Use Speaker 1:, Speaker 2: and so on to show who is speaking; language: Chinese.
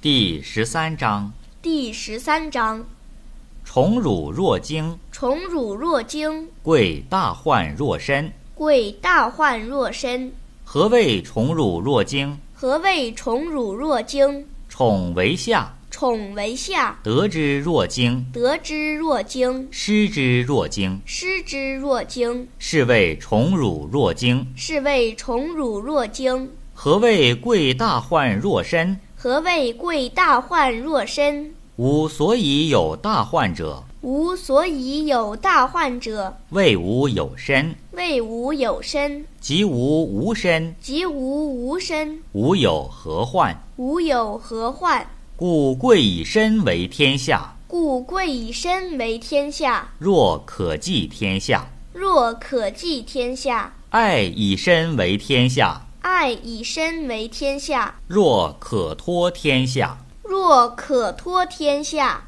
Speaker 1: 第十三章：
Speaker 2: 第十三章：
Speaker 1: 宠辱若惊，
Speaker 2: 宠辱若惊，
Speaker 1: 贵大患若身。
Speaker 2: 贵大患若身。
Speaker 1: 何谓宠辱若惊？
Speaker 2: 何谓宠辱若惊？
Speaker 1: 宠为下，
Speaker 2: 宠为下，
Speaker 1: 得之若惊，
Speaker 2: 得之若惊，
Speaker 1: 失之若惊，
Speaker 2: 失之若惊，
Speaker 1: 是谓宠辱若惊。
Speaker 2: 是谓宠辱若惊。
Speaker 1: 何谓贵大患若身？
Speaker 2: 何谓贵大患若身？
Speaker 1: 吾所以有大患者，
Speaker 2: 吾所以有大患者，
Speaker 1: 谓吾有身；
Speaker 2: 谓吾有身，
Speaker 1: 即吾无身，
Speaker 2: 即无无身，
Speaker 1: 吾有何患？
Speaker 2: 无有何患？
Speaker 1: 故贵以身为天下，
Speaker 2: 故贵以身为天下。
Speaker 1: 若可寄天下；
Speaker 2: 若可寄天下，
Speaker 1: 爱以身为天下，
Speaker 2: 爱以身为天下；
Speaker 1: 若可托天下。
Speaker 2: 若可托天下，